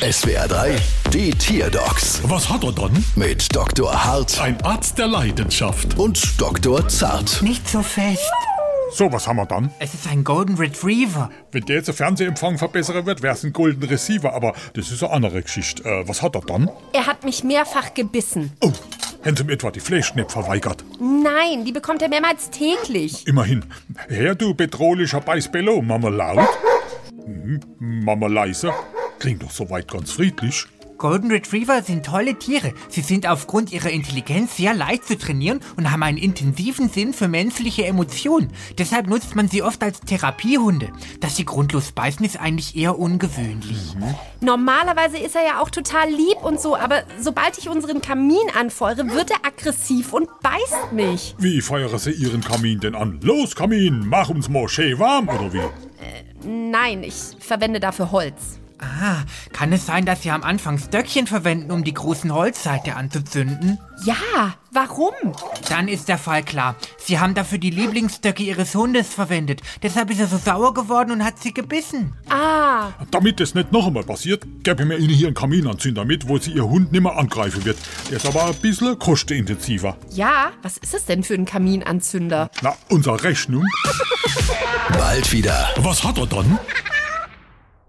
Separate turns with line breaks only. SWR 3, die Tierdocs
Was hat er dann?
mit Dr. Hart
Ein Arzt der Leidenschaft.
und Dr. Zart.
Nicht so fest.
So, was haben wir dann?
Es ist ein Golden Retriever.
Wenn der jetzt den Fernsehempfang verbessern wird, wäre es ein Golden Receiver, aber das ist eine andere Geschichte. Äh, was hat er dann?
Er hat mich mehrfach gebissen.
Oh, haben sie ihm etwa die Fleischknepp verweigert?
Nein, die bekommt er mehrmals täglich.
Immerhin. Herr, du bedrohlicher Beißbello, Mama laut. Mhm, Mama leise. Klingt doch soweit ganz friedlich.
Golden Retriever sind tolle Tiere. Sie sind aufgrund ihrer Intelligenz sehr leicht zu trainieren und haben einen intensiven Sinn für menschliche Emotionen. Deshalb nutzt man sie oft als Therapiehunde. Dass sie grundlos beißen, ist eigentlich eher ungewöhnlich.
Normalerweise ist er ja auch total lieb und so, aber sobald ich unseren Kamin anfeuere, wird er aggressiv und beißt mich.
Wie feiern sie ihren Kamin denn an? Los, Kamin, mach uns mal schön warm, oder wie?
Nein, ich verwende dafür Holz.
Ah, kann es sein, dass sie am Anfang Stöckchen verwenden, um die großen Holzseite anzuzünden?
Ja, warum?
Dann ist der Fall klar. Sie haben dafür die Lieblingsstöcke ihres Hundes verwendet. Deshalb ist er so sauer geworden und hat sie gebissen.
Ah,
Damit das nicht noch einmal passiert, gebe ich mir Ihnen hier einen Kaminanzünder mit, wo Sie Ihr Hund nimmer angreifen wird. Der ist aber ein bisschen kostenintensiver.
ja, was ist es denn für ein Kaminanzünder?
Na, unsere Rechnung?
Bald wieder.
Was hat er dann?